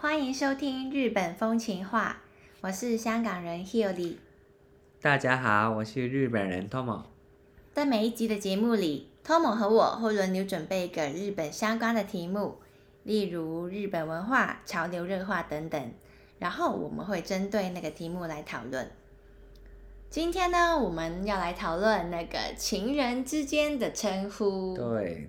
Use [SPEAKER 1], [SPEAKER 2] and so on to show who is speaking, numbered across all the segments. [SPEAKER 1] 欢迎收听《日本风情话》，我是香港人 Hilly。
[SPEAKER 2] 大家好，我是日本人 Tomo。
[SPEAKER 1] 在每一集的节目里，Tomo 和我会轮流准备跟日本相关的题目，例如日本文化、潮流热化等等。然后我们会针对那个题目来讨论。今天呢，我们要来讨论那个情人之间的称呼。
[SPEAKER 2] 对，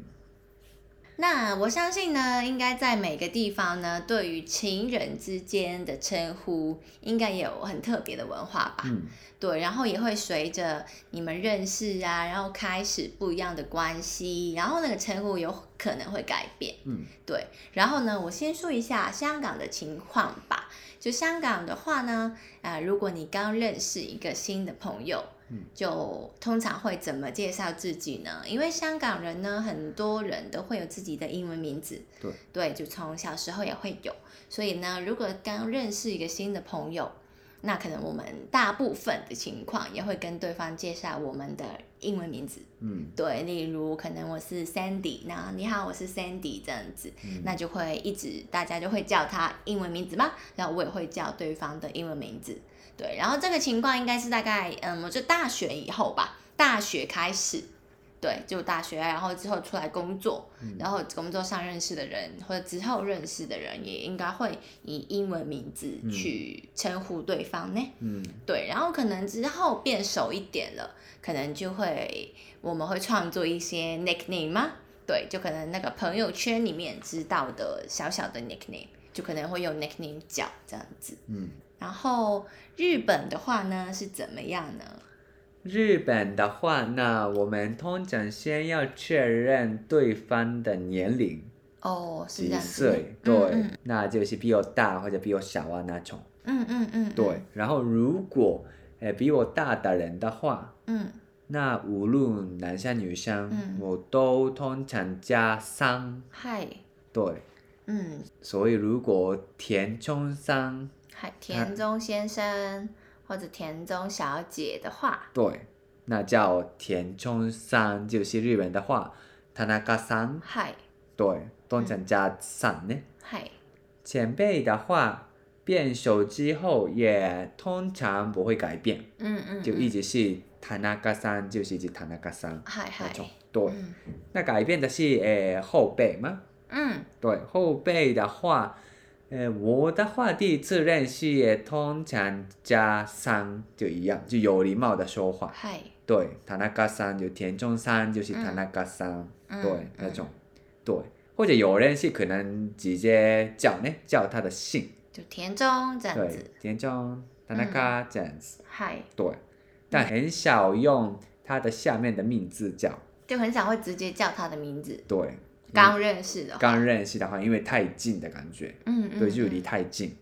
[SPEAKER 1] 那我相信呢，应该在每个地方呢，对于情人之间的称呼，应该也有很特别的文化吧？
[SPEAKER 2] 嗯，
[SPEAKER 1] 对，然后也会随着你们认识啊，然后开始不一样的关系，然后那个称呼有可能会改变。
[SPEAKER 2] 嗯，
[SPEAKER 1] 对。然后呢，我先说一下香港的情况吧。就香港的话呢，啊、如果你刚认识一个新的朋友，
[SPEAKER 2] 嗯
[SPEAKER 1] 就通常会怎么介绍自己呢？因为香港人呢，很多人都会有自己的英文名字，
[SPEAKER 2] 对，
[SPEAKER 1] 对，就从小时候也会有。所以呢，如果刚认识一个新的朋友，那可能我们大部分的情况也会跟对方介绍我们的英文名字，
[SPEAKER 2] 嗯，
[SPEAKER 1] 对，例如可能我是 Sandy，那你好，我是 Sandy 这样子，
[SPEAKER 2] 嗯
[SPEAKER 1] 那就会一直大家就会叫他英文名字嘛，然后我也会叫对方的英文名字，对，然后这个情况应该是大概嗯，我就大学以后吧，大学开始。对，就大学，啊然后之后出来工作，
[SPEAKER 2] 嗯
[SPEAKER 1] 然后工作上认识的人或者之后认识的人，也应该会以英文名字
[SPEAKER 2] 嗯
[SPEAKER 1] 去称呼对方呢。
[SPEAKER 2] 嗯，
[SPEAKER 1] 对，然后可能之后变熟一点了，可能就会我们会创作一些 nickname 吗？对，就可能那个朋友圈里面知道的小小的 nickname，就可能会用 nickname 叫这样子。
[SPEAKER 2] 嗯，
[SPEAKER 1] 然后日本的话呢是怎么样呢？
[SPEAKER 2] 日本的话呢，我们通常先要确认对方的年龄
[SPEAKER 1] 哦，是
[SPEAKER 2] 几
[SPEAKER 1] 这样子。
[SPEAKER 2] 岁，对，那就是比我大或者比我小啊那种，
[SPEAKER 1] 嗯嗯嗯，
[SPEAKER 2] 对。然后如果呃比我大的人的话，
[SPEAKER 1] 嗯，
[SPEAKER 2] 那无论男生女生，
[SPEAKER 1] 嗯
[SPEAKER 2] 我都通常加三，
[SPEAKER 1] 嗨，
[SPEAKER 2] 对。
[SPEAKER 1] 嗯，
[SPEAKER 2] 所以如果田中三，
[SPEAKER 1] 嗨，田中先生或者田中小姐的话，
[SPEAKER 2] 对，那叫田中三，就是日本的话，田中三，
[SPEAKER 1] 嗨
[SPEAKER 2] 对，通常加三呢。
[SPEAKER 1] 嗨，
[SPEAKER 2] 前辈的话，变手之后也通常不会改变，
[SPEAKER 1] 嗯嗯，
[SPEAKER 2] 就一
[SPEAKER 1] 直
[SPEAKER 2] 直是田中三，就是一直田中三
[SPEAKER 1] 嗨
[SPEAKER 2] 那
[SPEAKER 1] 嗨，
[SPEAKER 2] 种。对，
[SPEAKER 1] 嗯
[SPEAKER 2] 那改变的是呃后辈吗？
[SPEAKER 1] 嗯。
[SPEAKER 2] 对，后辈的话，呃，我的话第一次认识呃也通常加三就一样，就有礼貌的说话。
[SPEAKER 1] 嗨，
[SPEAKER 2] 对，田中さん就田中さん就是田中さん，
[SPEAKER 1] 嗯
[SPEAKER 2] 对、
[SPEAKER 1] 嗯
[SPEAKER 2] 那种，对，或者有人是可能直接叫呢，叫他的姓，
[SPEAKER 1] 就田中这样
[SPEAKER 2] 对
[SPEAKER 1] 子。，嗯
[SPEAKER 2] 田中田中这样子，
[SPEAKER 1] 嗨，
[SPEAKER 2] 对，但很少用他的下面的名字叫，
[SPEAKER 1] 就很少会直接叫他的名字。
[SPEAKER 2] 对，
[SPEAKER 1] 刚认识的话，
[SPEAKER 2] 嗯刚认识的话，因为太近的感觉，
[SPEAKER 1] 嗯嗯，
[SPEAKER 2] 对，就离
[SPEAKER 1] 嗯
[SPEAKER 2] 太近，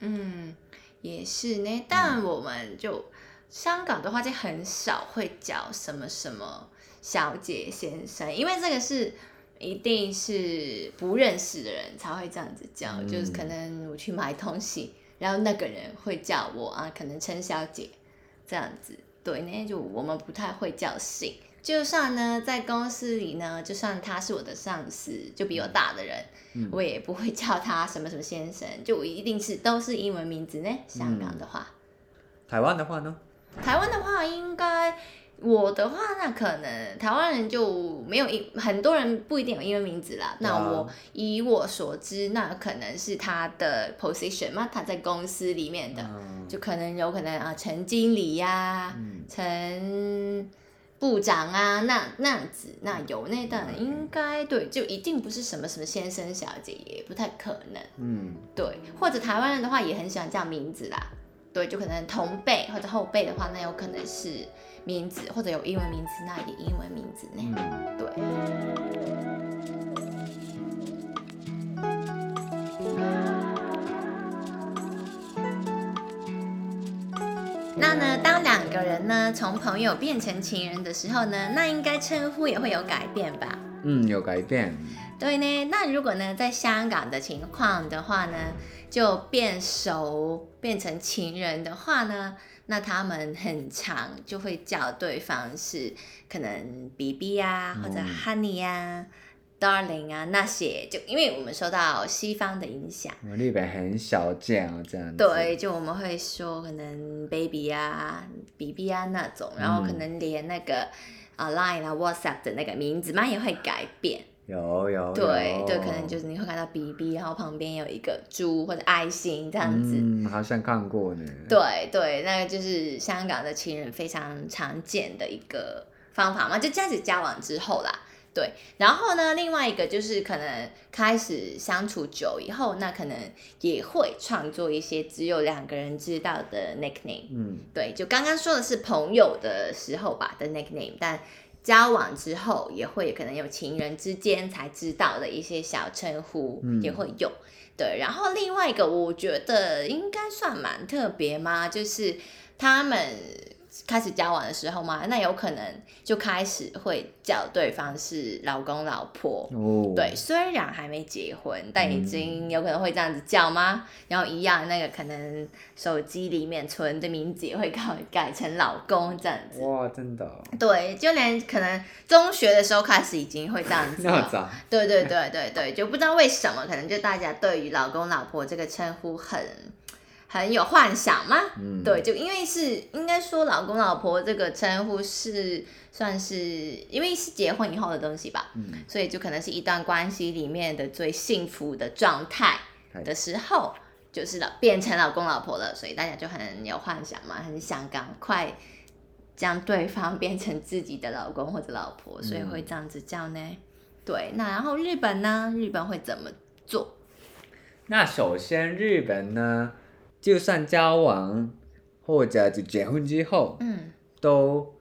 [SPEAKER 1] 嗯，也是
[SPEAKER 2] 嗯
[SPEAKER 1] 呢。但我们就香港的话，就很少会叫什么什么小姐先生，因为这个是。一定是不认识的人才会这样子叫，
[SPEAKER 2] 嗯
[SPEAKER 1] 就是可能我去买东西，然后那个人会叫我啊，可能陈小姐这样子。对呢，就我们不太会叫姓。就算呢，在公司里呢，就算他是我的上司，就比我大的人，
[SPEAKER 2] 嗯
[SPEAKER 1] 我也不会叫他什么什么先生，就我一定是都是英文名字呢。
[SPEAKER 2] 嗯
[SPEAKER 1] 香港的话，
[SPEAKER 2] 台湾的话呢，
[SPEAKER 1] 台湾的话应该。我的话，那可能台湾人就没有英，很多人不一定有英文名字啦。那
[SPEAKER 2] 对啊
[SPEAKER 1] 我以我所知，那可能是他的 position 嘛，他在公司里面的，
[SPEAKER 2] 嗯
[SPEAKER 1] 就可能有可能啊，陈经理呀、
[SPEAKER 2] 嗯
[SPEAKER 1] 陈部长啊，那那样子，那有那段应该对，就一定不是什么什么先生小姐，也不太可能。
[SPEAKER 2] 嗯
[SPEAKER 1] 对，或者台湾人的话也很喜欢叫名字啦。对，就可能同辈或者后辈的话，那有可能是名字，或者有英文名字，那也英文名字呢。
[SPEAKER 2] 嗯，
[SPEAKER 1] 对。那呢，当两个人呢从朋友变成情人的时候呢，那应该称呼也会有改变吧？
[SPEAKER 2] 嗯有改变，
[SPEAKER 1] 对呢，那如果呢在香港的情况的话呢，就变熟变成情人的话呢，那他们很常就会叫对方是可能 B B 呀、啊、
[SPEAKER 2] 嗯
[SPEAKER 1] 或者 Honey 呀、啊、 darling 啊那些，就因为我们受到西方的影响，
[SPEAKER 2] 我们日本很少见哦，这样子。
[SPEAKER 1] 对，就我们会说可能 baby 啊、bb 啊那种，然后可
[SPEAKER 2] 嗯
[SPEAKER 1] 能连那个啊 line 啊 WhatsApp 的那个名字嘛也会改变。
[SPEAKER 2] 有有
[SPEAKER 1] 对
[SPEAKER 2] 有
[SPEAKER 1] 对，可能就是你会看到 bb，然后旁边有一个猪或者爱心这样子。
[SPEAKER 2] 嗯，好像看过呢。
[SPEAKER 1] 对对，那个就是香港的情人非常常见的一个方法嘛，就开始交往之后啦。对，然后呢，另外一个就是可能开始相处久以后，那可能也会创作一些只有两个人知道的 nickname。
[SPEAKER 2] 嗯，
[SPEAKER 1] 对，就刚刚说的是朋友的时候吧的 nickname，但交往之后也会可能有情人之间才知道的一些小称呼、
[SPEAKER 2] 嗯
[SPEAKER 1] 也会有。对，然后另外一个我觉得应该算蛮特别嘛，就是他们开始交往的时候嘛，那有可能就开始会叫对方是老公老婆。
[SPEAKER 2] 哦，
[SPEAKER 1] 对，，虽然还没结婚，但已
[SPEAKER 2] 嗯
[SPEAKER 1] 经有可能会这样子叫吗？然后一样，那个可能手机里面存的名字也会改改成老公这样子。
[SPEAKER 2] 哇，真的哦，
[SPEAKER 1] 对，就连可能中学的时候开始已经会这样子
[SPEAKER 2] 那么
[SPEAKER 1] 了。
[SPEAKER 2] 早，
[SPEAKER 1] 对对对对对，就不知道为什么，可能就大家对于老公老婆这个称呼很很有幻想吗？
[SPEAKER 2] 嗯，
[SPEAKER 1] 对，，就因为是应该说老公老婆这个称呼是算是因为是结婚以后的东西吧，
[SPEAKER 2] 嗯，
[SPEAKER 1] 所以就可能是一段关系里面的最幸福的状态
[SPEAKER 2] 嗨
[SPEAKER 1] 的时候，就是老变成老公老婆了，所以大家就很有幻想嘛，很想赶快将对方变成自己的老公或者老婆，所以会这样子叫呢。对，那然后日本呢？日本会怎么做？
[SPEAKER 2] 那首先日本呢，就算交往或者就结婚之后，
[SPEAKER 1] 嗯，
[SPEAKER 2] 都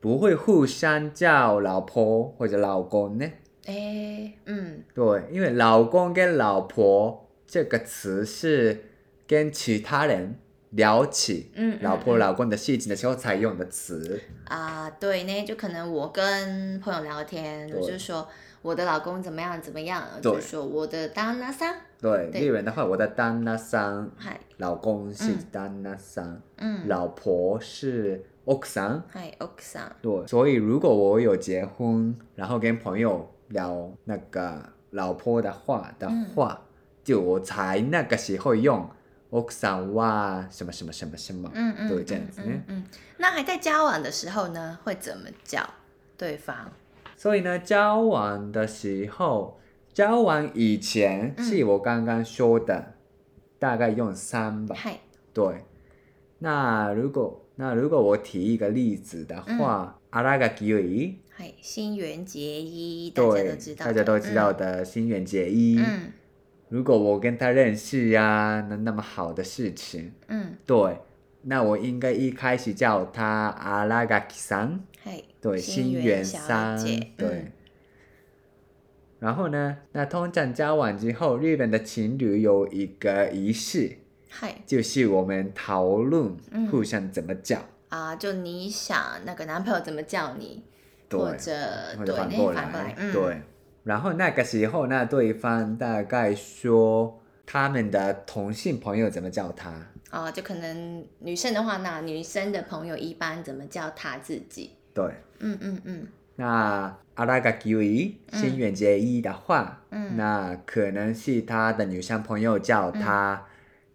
[SPEAKER 2] 不会互相叫老婆或者老公呢。
[SPEAKER 1] 诶，嗯，
[SPEAKER 2] 对，因为老公跟老婆这个词是跟其他人聊起
[SPEAKER 1] 嗯嗯
[SPEAKER 2] 老婆
[SPEAKER 1] 嗯
[SPEAKER 2] 老公的事情的时候才用的词。
[SPEAKER 1] 啊、对呢，就可能我跟朋友聊天，我
[SPEAKER 2] 对
[SPEAKER 1] 就说我的老公怎么样怎么样，我
[SPEAKER 2] 对
[SPEAKER 1] 就说我的旦那桑，
[SPEAKER 2] 对，
[SPEAKER 1] 对
[SPEAKER 2] 日本的话，我的旦那桑，
[SPEAKER 1] 嗨，
[SPEAKER 2] 老公是
[SPEAKER 1] 嗯
[SPEAKER 2] 旦那桑，
[SPEAKER 1] 嗯，
[SPEAKER 2] 老婆是奥桑。
[SPEAKER 1] 嗨，奥克桑。
[SPEAKER 2] 对，所以如果我有结婚，然后跟朋友聊那个老婆的话的
[SPEAKER 1] 嗯
[SPEAKER 2] 话，就我才那个时候用奥桑哇什么什么什么什么。
[SPEAKER 1] 嗯嗯，
[SPEAKER 2] 对这样子
[SPEAKER 1] 嗯嗯嗯，那还在交往的时候呢，会怎么叫对方？
[SPEAKER 2] 所以呢，交往的时候，交往以前
[SPEAKER 1] 嗯
[SPEAKER 2] 是我刚刚说的，大概用三吧。
[SPEAKER 1] 嗨，
[SPEAKER 2] 对，那如果那如果我提一个例子的话，
[SPEAKER 1] 嗯
[SPEAKER 2] 阿拉嘎吉维，
[SPEAKER 1] 嗨，新垣结衣，大家都知
[SPEAKER 2] 对，
[SPEAKER 1] 道，
[SPEAKER 2] 大家都知道。的新垣结衣。
[SPEAKER 1] 嗯
[SPEAKER 2] 如果我跟他认识呀、那那么好的事情，
[SPEAKER 1] 嗯嗯，
[SPEAKER 2] 对，那我应该一开始叫他阿拉嘎吉桑。
[SPEAKER 1] 嗨，
[SPEAKER 2] 对，
[SPEAKER 1] 新
[SPEAKER 2] 新
[SPEAKER 1] 垣
[SPEAKER 2] 元
[SPEAKER 1] 小
[SPEAKER 2] 三
[SPEAKER 1] 姐，
[SPEAKER 2] 对。
[SPEAKER 1] 嗯
[SPEAKER 2] 然后呢，那通常交往之后，日本的情侣有一个仪式，
[SPEAKER 1] 嗨
[SPEAKER 2] 就是我们讨论
[SPEAKER 1] 嗯
[SPEAKER 2] 互相怎么叫，
[SPEAKER 1] 啊，就你想那个男朋友怎么叫你，
[SPEAKER 2] 对，
[SPEAKER 1] 或者
[SPEAKER 2] 或
[SPEAKER 1] 对，那
[SPEAKER 2] 者反
[SPEAKER 1] 反
[SPEAKER 2] 过
[SPEAKER 1] 过来，嗯，
[SPEAKER 2] 对。然后那个时候，那对方大概说他们的同性朋友怎么叫他，
[SPEAKER 1] 啊，就可能女生的话，那女生的朋友一般怎么叫她自己？
[SPEAKER 2] 对。
[SPEAKER 1] 嗯嗯嗯
[SPEAKER 2] 那阿拉嘎吉维
[SPEAKER 1] 嗯
[SPEAKER 2] 新垣结衣的话，
[SPEAKER 1] 嗯
[SPEAKER 2] 那可能是他的女生朋友叫他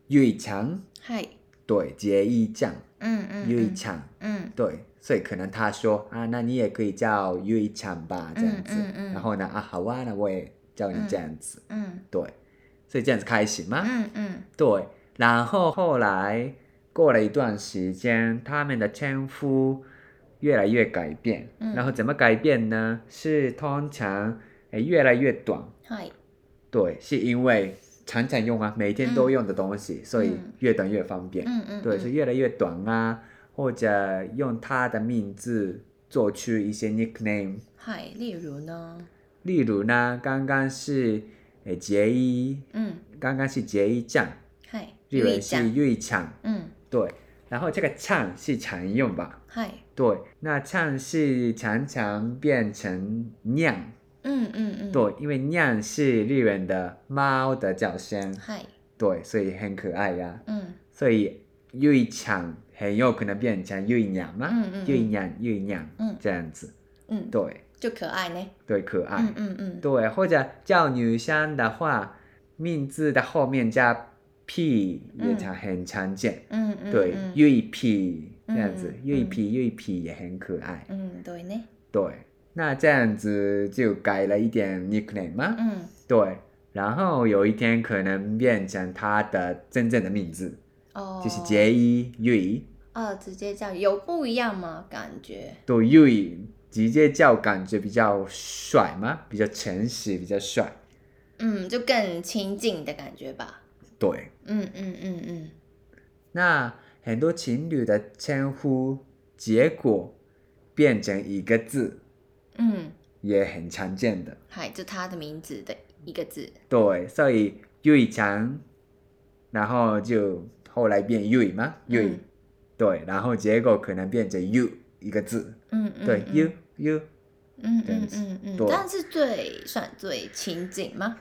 [SPEAKER 2] 玉强，
[SPEAKER 1] 嗨，
[SPEAKER 2] 对，结衣酱
[SPEAKER 1] 嗯嗯
[SPEAKER 2] 玉
[SPEAKER 1] 嗯
[SPEAKER 2] 强，
[SPEAKER 1] 嗯
[SPEAKER 2] 对，所以可能他说啊，那你也可以叫玉强吧，这样子，
[SPEAKER 1] 嗯嗯嗯
[SPEAKER 2] 然后呢啊，好啊，那我也叫你这样子，
[SPEAKER 1] 嗯
[SPEAKER 2] 对，所以这样子开始吗？
[SPEAKER 1] 嗯嗯，
[SPEAKER 2] 对，然后后来过了一段时间，他们的称呼越来越改变。
[SPEAKER 1] 嗯
[SPEAKER 2] 然后怎么改变呢？是通常诶越来越短。
[SPEAKER 1] 嗨，
[SPEAKER 2] 对，是因为常常用啊，每天都
[SPEAKER 1] 嗯
[SPEAKER 2] 用的东西，所以
[SPEAKER 1] 嗯
[SPEAKER 2] 越短越方便。
[SPEAKER 1] 嗯嗯，
[SPEAKER 2] 对，
[SPEAKER 1] 嗯
[SPEAKER 2] 是越来越短啊，或者用他的名字做出一些 nickname。
[SPEAKER 1] 嗨，例如呢？
[SPEAKER 2] 例如呢，刚刚是诶杰一，
[SPEAKER 1] 嗯，
[SPEAKER 2] 刚刚是杰一酱，
[SPEAKER 1] 嗨，
[SPEAKER 2] 日
[SPEAKER 1] 绿
[SPEAKER 2] 文
[SPEAKER 1] 酱
[SPEAKER 2] 是玉强。
[SPEAKER 1] 嗯，
[SPEAKER 2] 对，然后这个唱是常用吧？
[SPEAKER 1] 嗨，
[SPEAKER 2] 对，那唱是常常变成酿，
[SPEAKER 1] 嗯嗯嗯，，
[SPEAKER 2] 对，因为酿是日本的猫的叫声，
[SPEAKER 1] 嗨，
[SPEAKER 2] 对，所以很可爱呀、
[SPEAKER 1] 嗯
[SPEAKER 2] 所以玉强很有可能变成玉娘嘛，
[SPEAKER 1] 嗯嗯嗯
[SPEAKER 2] 玉娘玉娘
[SPEAKER 1] 嗯
[SPEAKER 2] 这样子，
[SPEAKER 1] 嗯，
[SPEAKER 2] 对，
[SPEAKER 1] 就可爱呢。
[SPEAKER 2] 对，可爱。
[SPEAKER 1] 嗯嗯嗯，
[SPEAKER 2] 对，或者叫女生的话，名字的后面加 p 也常很常见。
[SPEAKER 1] 嗯嗯，
[SPEAKER 2] 对
[SPEAKER 1] 嗯，
[SPEAKER 2] 玉皮这样子，
[SPEAKER 1] 嗯
[SPEAKER 2] 玉皮玉皮也很可爱。
[SPEAKER 1] 嗯对呢，
[SPEAKER 2] 对，那这样子就改了一点 nickname 吗？
[SPEAKER 1] 嗯
[SPEAKER 2] 对，然后有一天可能变成他的真正的名字，
[SPEAKER 1] 哦，
[SPEAKER 2] 就是杰伊玉，
[SPEAKER 1] 哦，直接叫有不一样吗？感觉
[SPEAKER 2] 对玉直接叫感觉比较帅嘛，比较诚实，比较帅。
[SPEAKER 1] 嗯，就更亲近的感觉吧。
[SPEAKER 2] 对，
[SPEAKER 1] 嗯嗯嗯嗯，
[SPEAKER 2] 那很多情侣的称呼结果变成一个字
[SPEAKER 1] 嗯，
[SPEAKER 2] 也很常见的。
[SPEAKER 1] 嗨，就他的名字的一个字。
[SPEAKER 2] 对，所以玉强，然后就后来变玉嘛，玉、
[SPEAKER 1] 嗯
[SPEAKER 2] 对，然后结果可能变成 u 一个字，
[SPEAKER 1] 嗯嗯，
[SPEAKER 2] 对、
[SPEAKER 1] 嗯
[SPEAKER 2] u u
[SPEAKER 1] 嗯
[SPEAKER 2] 这样
[SPEAKER 1] 嗯
[SPEAKER 2] 子
[SPEAKER 1] 嗯嗯，
[SPEAKER 2] 对
[SPEAKER 1] 但是最算最亲近吗？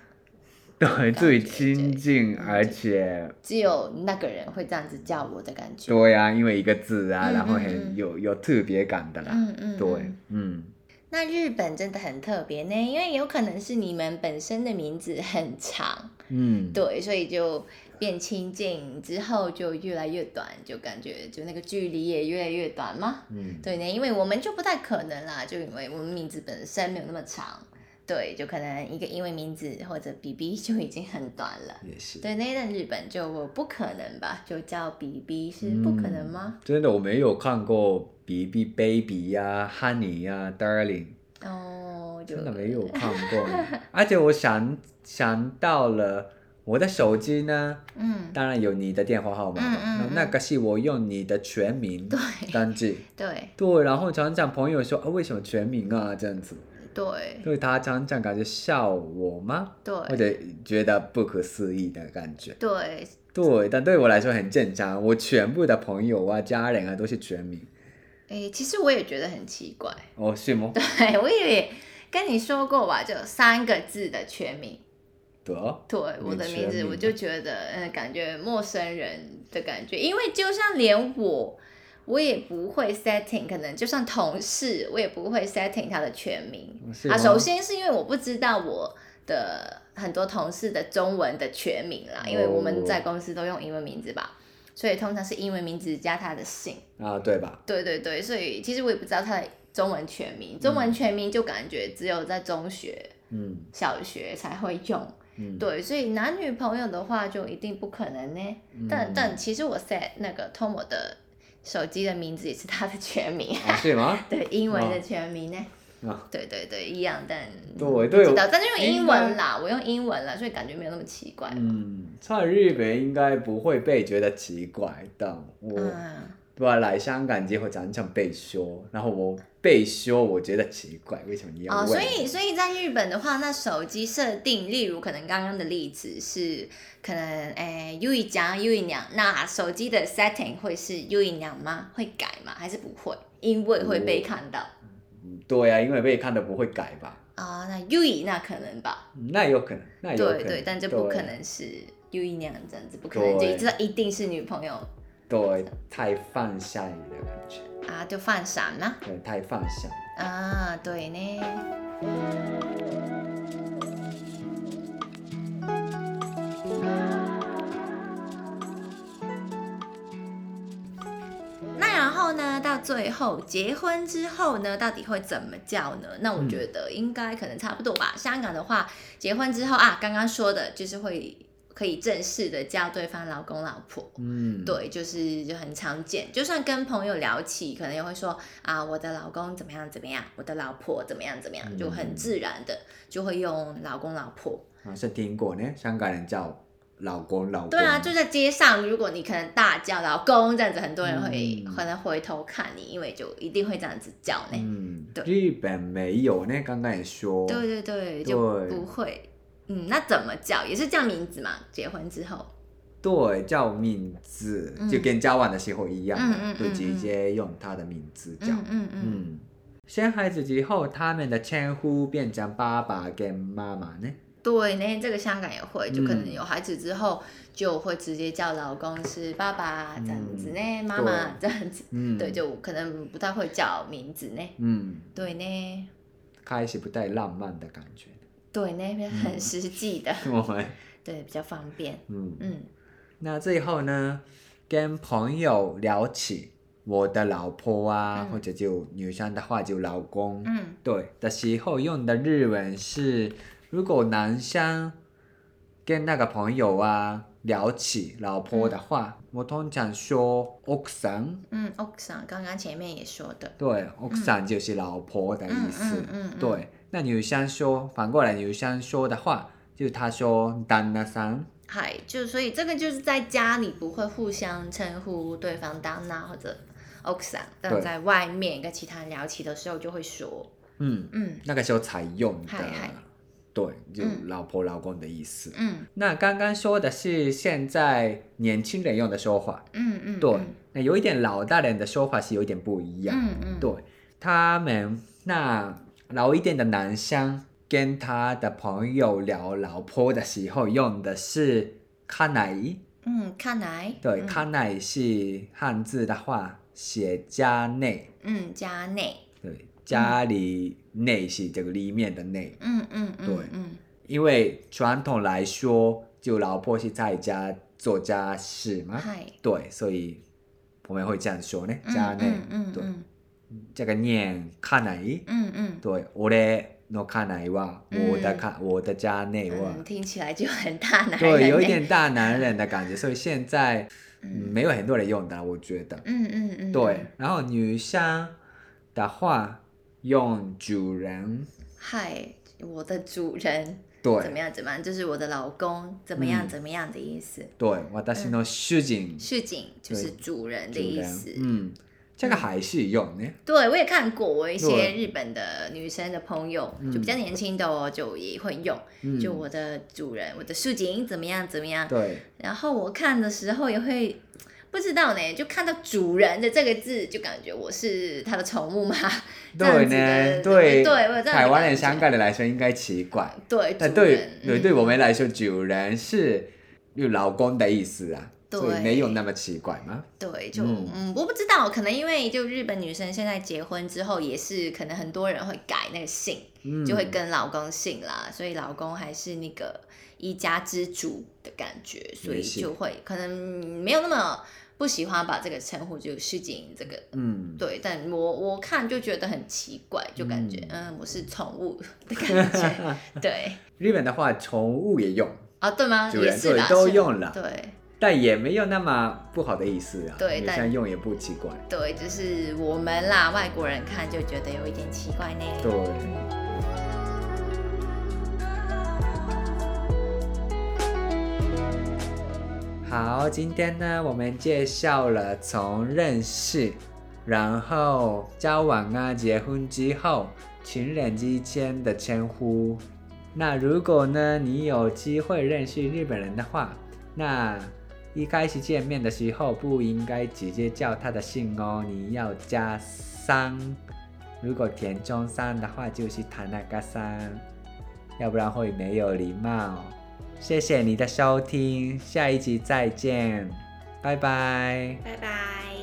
[SPEAKER 2] 对，最亲
[SPEAKER 1] 对
[SPEAKER 2] 近，而
[SPEAKER 1] 对
[SPEAKER 2] 且
[SPEAKER 1] 只有那个人会这样子叫我的感觉。
[SPEAKER 2] 对啊，因为一个字啊，
[SPEAKER 1] 嗯
[SPEAKER 2] 然后
[SPEAKER 1] 嗯
[SPEAKER 2] 很
[SPEAKER 1] 嗯
[SPEAKER 2] 有有特别感的啦，
[SPEAKER 1] 嗯嗯，
[SPEAKER 2] 啊对
[SPEAKER 1] 嗯，
[SPEAKER 2] 嗯，
[SPEAKER 1] 那日本真的很特别呢，因为有可能是你们本身的名字很长，
[SPEAKER 2] 嗯，
[SPEAKER 1] 对，所以就变亲近之后就越来越短，就感觉就那个距离也越来越短嘛。
[SPEAKER 2] 嗯，
[SPEAKER 1] 对呢，因为我们就不太可能啦，就因为我们名字本身没有那么长，对，就可能一个英文名字或者 BB 就已经很短了。
[SPEAKER 2] 也是，
[SPEAKER 1] 对，那在日本就我不可能吧，就叫 BB 是不可能吗？
[SPEAKER 2] 嗯？真的，我没有看过 BB Baby 呀、Honey 呀、Darling，
[SPEAKER 1] 哦，就
[SPEAKER 2] 真的没有看过呢。 而且我想想到了，我的手机呢，
[SPEAKER 1] 嗯，
[SPEAKER 2] 当然有你的电话号码
[SPEAKER 1] 嗯
[SPEAKER 2] 嘛，
[SPEAKER 1] 嗯嗯
[SPEAKER 2] 那那个是我用你的全名
[SPEAKER 1] 对
[SPEAKER 2] 登记。
[SPEAKER 1] 对
[SPEAKER 2] 对，然后常常朋友说啊，为什么全名啊这样子？
[SPEAKER 1] 对
[SPEAKER 2] 对他常常感觉笑我吗？或
[SPEAKER 1] 对
[SPEAKER 2] 者觉得不可思议的感觉。
[SPEAKER 1] 对，
[SPEAKER 2] 对，但对我来说很正常，我全部的朋友啊、家人啊都是全名。
[SPEAKER 1] 诶，其实我也觉得很奇怪，
[SPEAKER 2] 哦，是吗？
[SPEAKER 1] 对我也跟你说过吧，就三个字的全名。
[SPEAKER 2] 对哦，
[SPEAKER 1] 对
[SPEAKER 2] 你
[SPEAKER 1] 我的名
[SPEAKER 2] 全
[SPEAKER 1] 字，
[SPEAKER 2] 名
[SPEAKER 1] 我就觉得，嗯，感觉陌生人的感觉，因为就像连我，我也不会 setting，可能就算同事，我也不会 setting 他的全名
[SPEAKER 2] 嗯是
[SPEAKER 1] 啊。
[SPEAKER 2] 吗
[SPEAKER 1] 首先是因为我不知道我的很多同事的中文的全名啦，因为我们
[SPEAKER 2] 哦
[SPEAKER 1] 在公司都用英文名字吧，所以通常是英文名字加他的姓。
[SPEAKER 2] 啊，对吧？
[SPEAKER 1] 对对对，所以其实我也不知道他的中文全名，中文全名就感觉只有在中学、
[SPEAKER 2] 嗯
[SPEAKER 1] 小学才会用。
[SPEAKER 2] 嗯，
[SPEAKER 1] 对，所以男女朋友的话就一定不可能呢。
[SPEAKER 2] 嗯
[SPEAKER 1] 但但其实我 set 那个 Tomo 的手机的名字也是他的全名，
[SPEAKER 2] 啊，是吗？
[SPEAKER 1] 对，英文的
[SPEAKER 2] 哦
[SPEAKER 1] 全名呢。
[SPEAKER 2] 啊，
[SPEAKER 1] 对对对，一样，但
[SPEAKER 2] 对
[SPEAKER 1] 不
[SPEAKER 2] 对
[SPEAKER 1] 知道
[SPEAKER 2] 我，哎
[SPEAKER 1] 但是用英
[SPEAKER 2] 应
[SPEAKER 1] 文啦，我用英文啦，所以感觉没有那么奇怪。
[SPEAKER 2] 嗯，在日本应该不会被觉得奇怪，但我、
[SPEAKER 1] 嗯，
[SPEAKER 2] 对啊，来香港之后常常被说，然后我被说，我觉得奇怪，为什么你要
[SPEAKER 1] 哦，
[SPEAKER 2] 问？
[SPEAKER 1] 所以所以在日本的话，那手机设定，例如可能刚刚的例子是，可能诶优一娘优一娘，那手机的 setting 会是优一娘吗？会改吗？还是不会？因为会被看到。
[SPEAKER 2] 嗯对啊，因为被看到不会改吧？
[SPEAKER 1] 啊、那 U 一那可能吧，
[SPEAKER 2] 嗯那有可能，那有可能，
[SPEAKER 1] 对对，但这不可能是 U 一那样这样子，不可能就
[SPEAKER 2] 对
[SPEAKER 1] 知道一定是女朋友
[SPEAKER 2] 对，对，太放下你的感觉，
[SPEAKER 1] 啊，就犯傻啦
[SPEAKER 2] 对，太放下。
[SPEAKER 1] 啊，对呢，那然后呢，到最后结婚之后呢，到底会怎么叫呢？那我觉得应该可能差不多吧。香港的话，结婚之后啊，刚刚说的就是会可以正式的叫对方老公老婆。
[SPEAKER 2] 嗯，，
[SPEAKER 1] 对，就是就很常见，就算跟朋友聊起，可能也会说啊，我的老公怎么样怎么样，我的老婆怎么样怎么样，就很
[SPEAKER 2] 嗯
[SPEAKER 1] 自然的就会用老公老婆。
[SPEAKER 2] 好像听过呢，香港人叫老公老公。
[SPEAKER 1] 对啊，就在街上，如果你可能大叫老公这样子，很多人会
[SPEAKER 2] 嗯
[SPEAKER 1] 可能回头看你，因为就一定会这样子叫呢。
[SPEAKER 2] 嗯
[SPEAKER 1] 对，
[SPEAKER 2] 日本没有呢，刚刚也说，
[SPEAKER 1] 对对对，就
[SPEAKER 2] 对
[SPEAKER 1] 不会。嗯，那怎么叫？也是叫名字嘛？结婚之后，
[SPEAKER 2] 对，叫名字、
[SPEAKER 1] 嗯
[SPEAKER 2] 就跟交往的时候一样的，
[SPEAKER 1] 嗯嗯
[SPEAKER 2] 就直
[SPEAKER 1] 嗯
[SPEAKER 2] 接用他的名字叫。
[SPEAKER 1] 嗯嗯嗯，
[SPEAKER 2] 嗯，生孩子之后，他们的称呼变成爸爸跟妈妈呢？
[SPEAKER 1] 对呢，这个香港也会，就可能
[SPEAKER 2] 嗯
[SPEAKER 1] 有孩子之后就会直接叫老公是爸爸这样子呢，妈妈这样子，
[SPEAKER 2] 嗯，
[SPEAKER 1] 对，就可能不太会叫名字呢，
[SPEAKER 2] 嗯，
[SPEAKER 1] 对呢，
[SPEAKER 2] 开始不太浪漫的感 觉。
[SPEAKER 1] 对，那
[SPEAKER 2] 嗯
[SPEAKER 1] 边很实际的，
[SPEAKER 2] 我们
[SPEAKER 1] 对，比较方便。
[SPEAKER 2] 嗯，
[SPEAKER 1] 嗯，
[SPEAKER 2] 那最后呢，跟朋友聊起我的老婆啊，
[SPEAKER 1] 嗯
[SPEAKER 2] 或者就女生的话就老公，
[SPEAKER 1] 嗯，
[SPEAKER 2] 对的时候用的日文是，如果男生跟那个朋友啊聊起老婆的话，我通常说奥桑，
[SPEAKER 1] 嗯 o x a 刚刚前面也说的，
[SPEAKER 2] 对，奥桑就是老婆的
[SPEAKER 1] 嗯
[SPEAKER 2] 意思，
[SPEAKER 1] 嗯嗯，嗯，
[SPEAKER 2] 对。那女生说反过来，女生说的话，就她说旦那桑，
[SPEAKER 1] 嗨，就所以这个就是在家里不会互相称呼对方当娜或者 o x a 但
[SPEAKER 2] 对
[SPEAKER 1] 在外面跟其他人聊起的时候就会说，
[SPEAKER 2] 嗯，
[SPEAKER 1] 嗯
[SPEAKER 2] 那个时候才用的
[SPEAKER 1] 嗨嗨，
[SPEAKER 2] 对，就
[SPEAKER 1] 嗯
[SPEAKER 2] 老婆老公的意思。
[SPEAKER 1] 嗯
[SPEAKER 2] 那刚刚说的是现在年轻人用的说法，
[SPEAKER 1] 嗯嗯，
[SPEAKER 2] 对
[SPEAKER 1] 嗯，
[SPEAKER 2] 那有一点老大人的说法是有一点不一样。
[SPEAKER 1] 嗯嗯，
[SPEAKER 2] 对，他们那老一点的男生跟他的朋友聊老婆的时候用的是卡乃伊，
[SPEAKER 1] 嗯，看来
[SPEAKER 2] 对，
[SPEAKER 1] 嗯
[SPEAKER 2] 卡乃伊是汉字的话写家内，
[SPEAKER 1] 嗯家内，
[SPEAKER 2] 对，家里内是这个里面的内，
[SPEAKER 1] 嗯嗯嗯，
[SPEAKER 2] 对
[SPEAKER 1] 嗯
[SPEAKER 2] 因为传统来说，就老婆是在家做家事嘛，
[SPEAKER 1] 嗨，
[SPEAKER 2] 对，所以我们会这样说呢，
[SPEAKER 1] 嗯
[SPEAKER 2] 家内，
[SPEAKER 1] 嗯嗯
[SPEAKER 2] 对
[SPEAKER 1] 嗯
[SPEAKER 2] 这个念卡乃伊。
[SPEAKER 1] 嗯嗯
[SPEAKER 2] 对，俺の家内は、
[SPEAKER 1] 嗯
[SPEAKER 2] 我的家、我的家内は，
[SPEAKER 1] 嗯，听起来就很大男人，
[SPEAKER 2] 对，有一，点大男人的 感觉，所以现在、嗯
[SPEAKER 1] 嗯
[SPEAKER 2] 没有很多人用的，我觉得。
[SPEAKER 1] 嗯嗯嗯，
[SPEAKER 2] 对，，然后女生的话用主人，
[SPEAKER 1] 嗨，我的主人怎么
[SPEAKER 2] 对
[SPEAKER 1] 样怎么样，就是我的老公怎么样
[SPEAKER 2] 嗯
[SPEAKER 1] 怎么样的意思。
[SPEAKER 2] 对，私の主人、
[SPEAKER 1] 市井就是
[SPEAKER 2] 对
[SPEAKER 1] 主人的
[SPEAKER 2] 主
[SPEAKER 1] 意
[SPEAKER 2] 人
[SPEAKER 1] 思。
[SPEAKER 2] 嗯，这个还是用呢，
[SPEAKER 1] 对，我也看过，我一些
[SPEAKER 2] 对
[SPEAKER 1] 日本的女生的朋友，
[SPEAKER 2] 嗯
[SPEAKER 1] 就比较年轻的哦，就也会用，
[SPEAKER 2] 嗯，
[SPEAKER 1] 就我的主人，我的市井怎么样怎么样。
[SPEAKER 2] 对，
[SPEAKER 1] 然后我看的时候也会。不知道呢，就看到“主人”的这个字，就感觉我是他的宠物嘛。这样
[SPEAKER 2] 对
[SPEAKER 1] 子的
[SPEAKER 2] 呢，
[SPEAKER 1] 对对我有这样的
[SPEAKER 2] 台湾
[SPEAKER 1] 感
[SPEAKER 2] 人、
[SPEAKER 1] 觉
[SPEAKER 2] 香港人来说应该奇怪，
[SPEAKER 1] 对，主
[SPEAKER 2] 但
[SPEAKER 1] 人。
[SPEAKER 2] 对对
[SPEAKER 1] 嗯
[SPEAKER 2] 对我们来说，主人是有老公的意思啊，
[SPEAKER 1] 对
[SPEAKER 2] 所以没有那么奇怪嘛。
[SPEAKER 1] 对，就
[SPEAKER 2] 嗯
[SPEAKER 1] 嗯我不知道，可能因为就日本女生现在结婚之后，也是可能很多人会改那个姓，
[SPEAKER 2] 嗯，
[SPEAKER 1] 就会跟老公姓啦，所以老公还是那个一家之主的感觉，所以
[SPEAKER 2] 也是
[SPEAKER 1] 就会可能没有那么不喜欢把这个称呼就市井这个。
[SPEAKER 2] 嗯，
[SPEAKER 1] 对，但我我看就觉得很奇怪，就感觉
[SPEAKER 2] 嗯
[SPEAKER 1] 嗯我是宠物的感 觉，对
[SPEAKER 2] 日本的话，宠物也用，
[SPEAKER 1] 啊，对吗？
[SPEAKER 2] 主
[SPEAKER 1] 也
[SPEAKER 2] 人
[SPEAKER 1] 是
[SPEAKER 2] 对
[SPEAKER 1] 啦，
[SPEAKER 2] 都
[SPEAKER 1] 是
[SPEAKER 2] 用了，
[SPEAKER 1] 对
[SPEAKER 2] 但也没有那么不好的意思啊。
[SPEAKER 1] 对
[SPEAKER 2] 女
[SPEAKER 1] 但
[SPEAKER 2] 生用也不奇怪。
[SPEAKER 1] 对，就是我们啦，外国人看就觉得有一点奇怪呢。
[SPEAKER 2] 对，好，今天呢，我们介绍了从认识，然后交往啊，结婚之后，情人之间的称呼。那如果呢，你有机会认识日本人的话，那一开始见面的时候不应该直接叫他的姓哦，你要加桑。如果田中さん的话就是田中さん，要不然会没有礼貌。谢谢你的收听，下一集再见，拜拜。
[SPEAKER 1] 拜拜。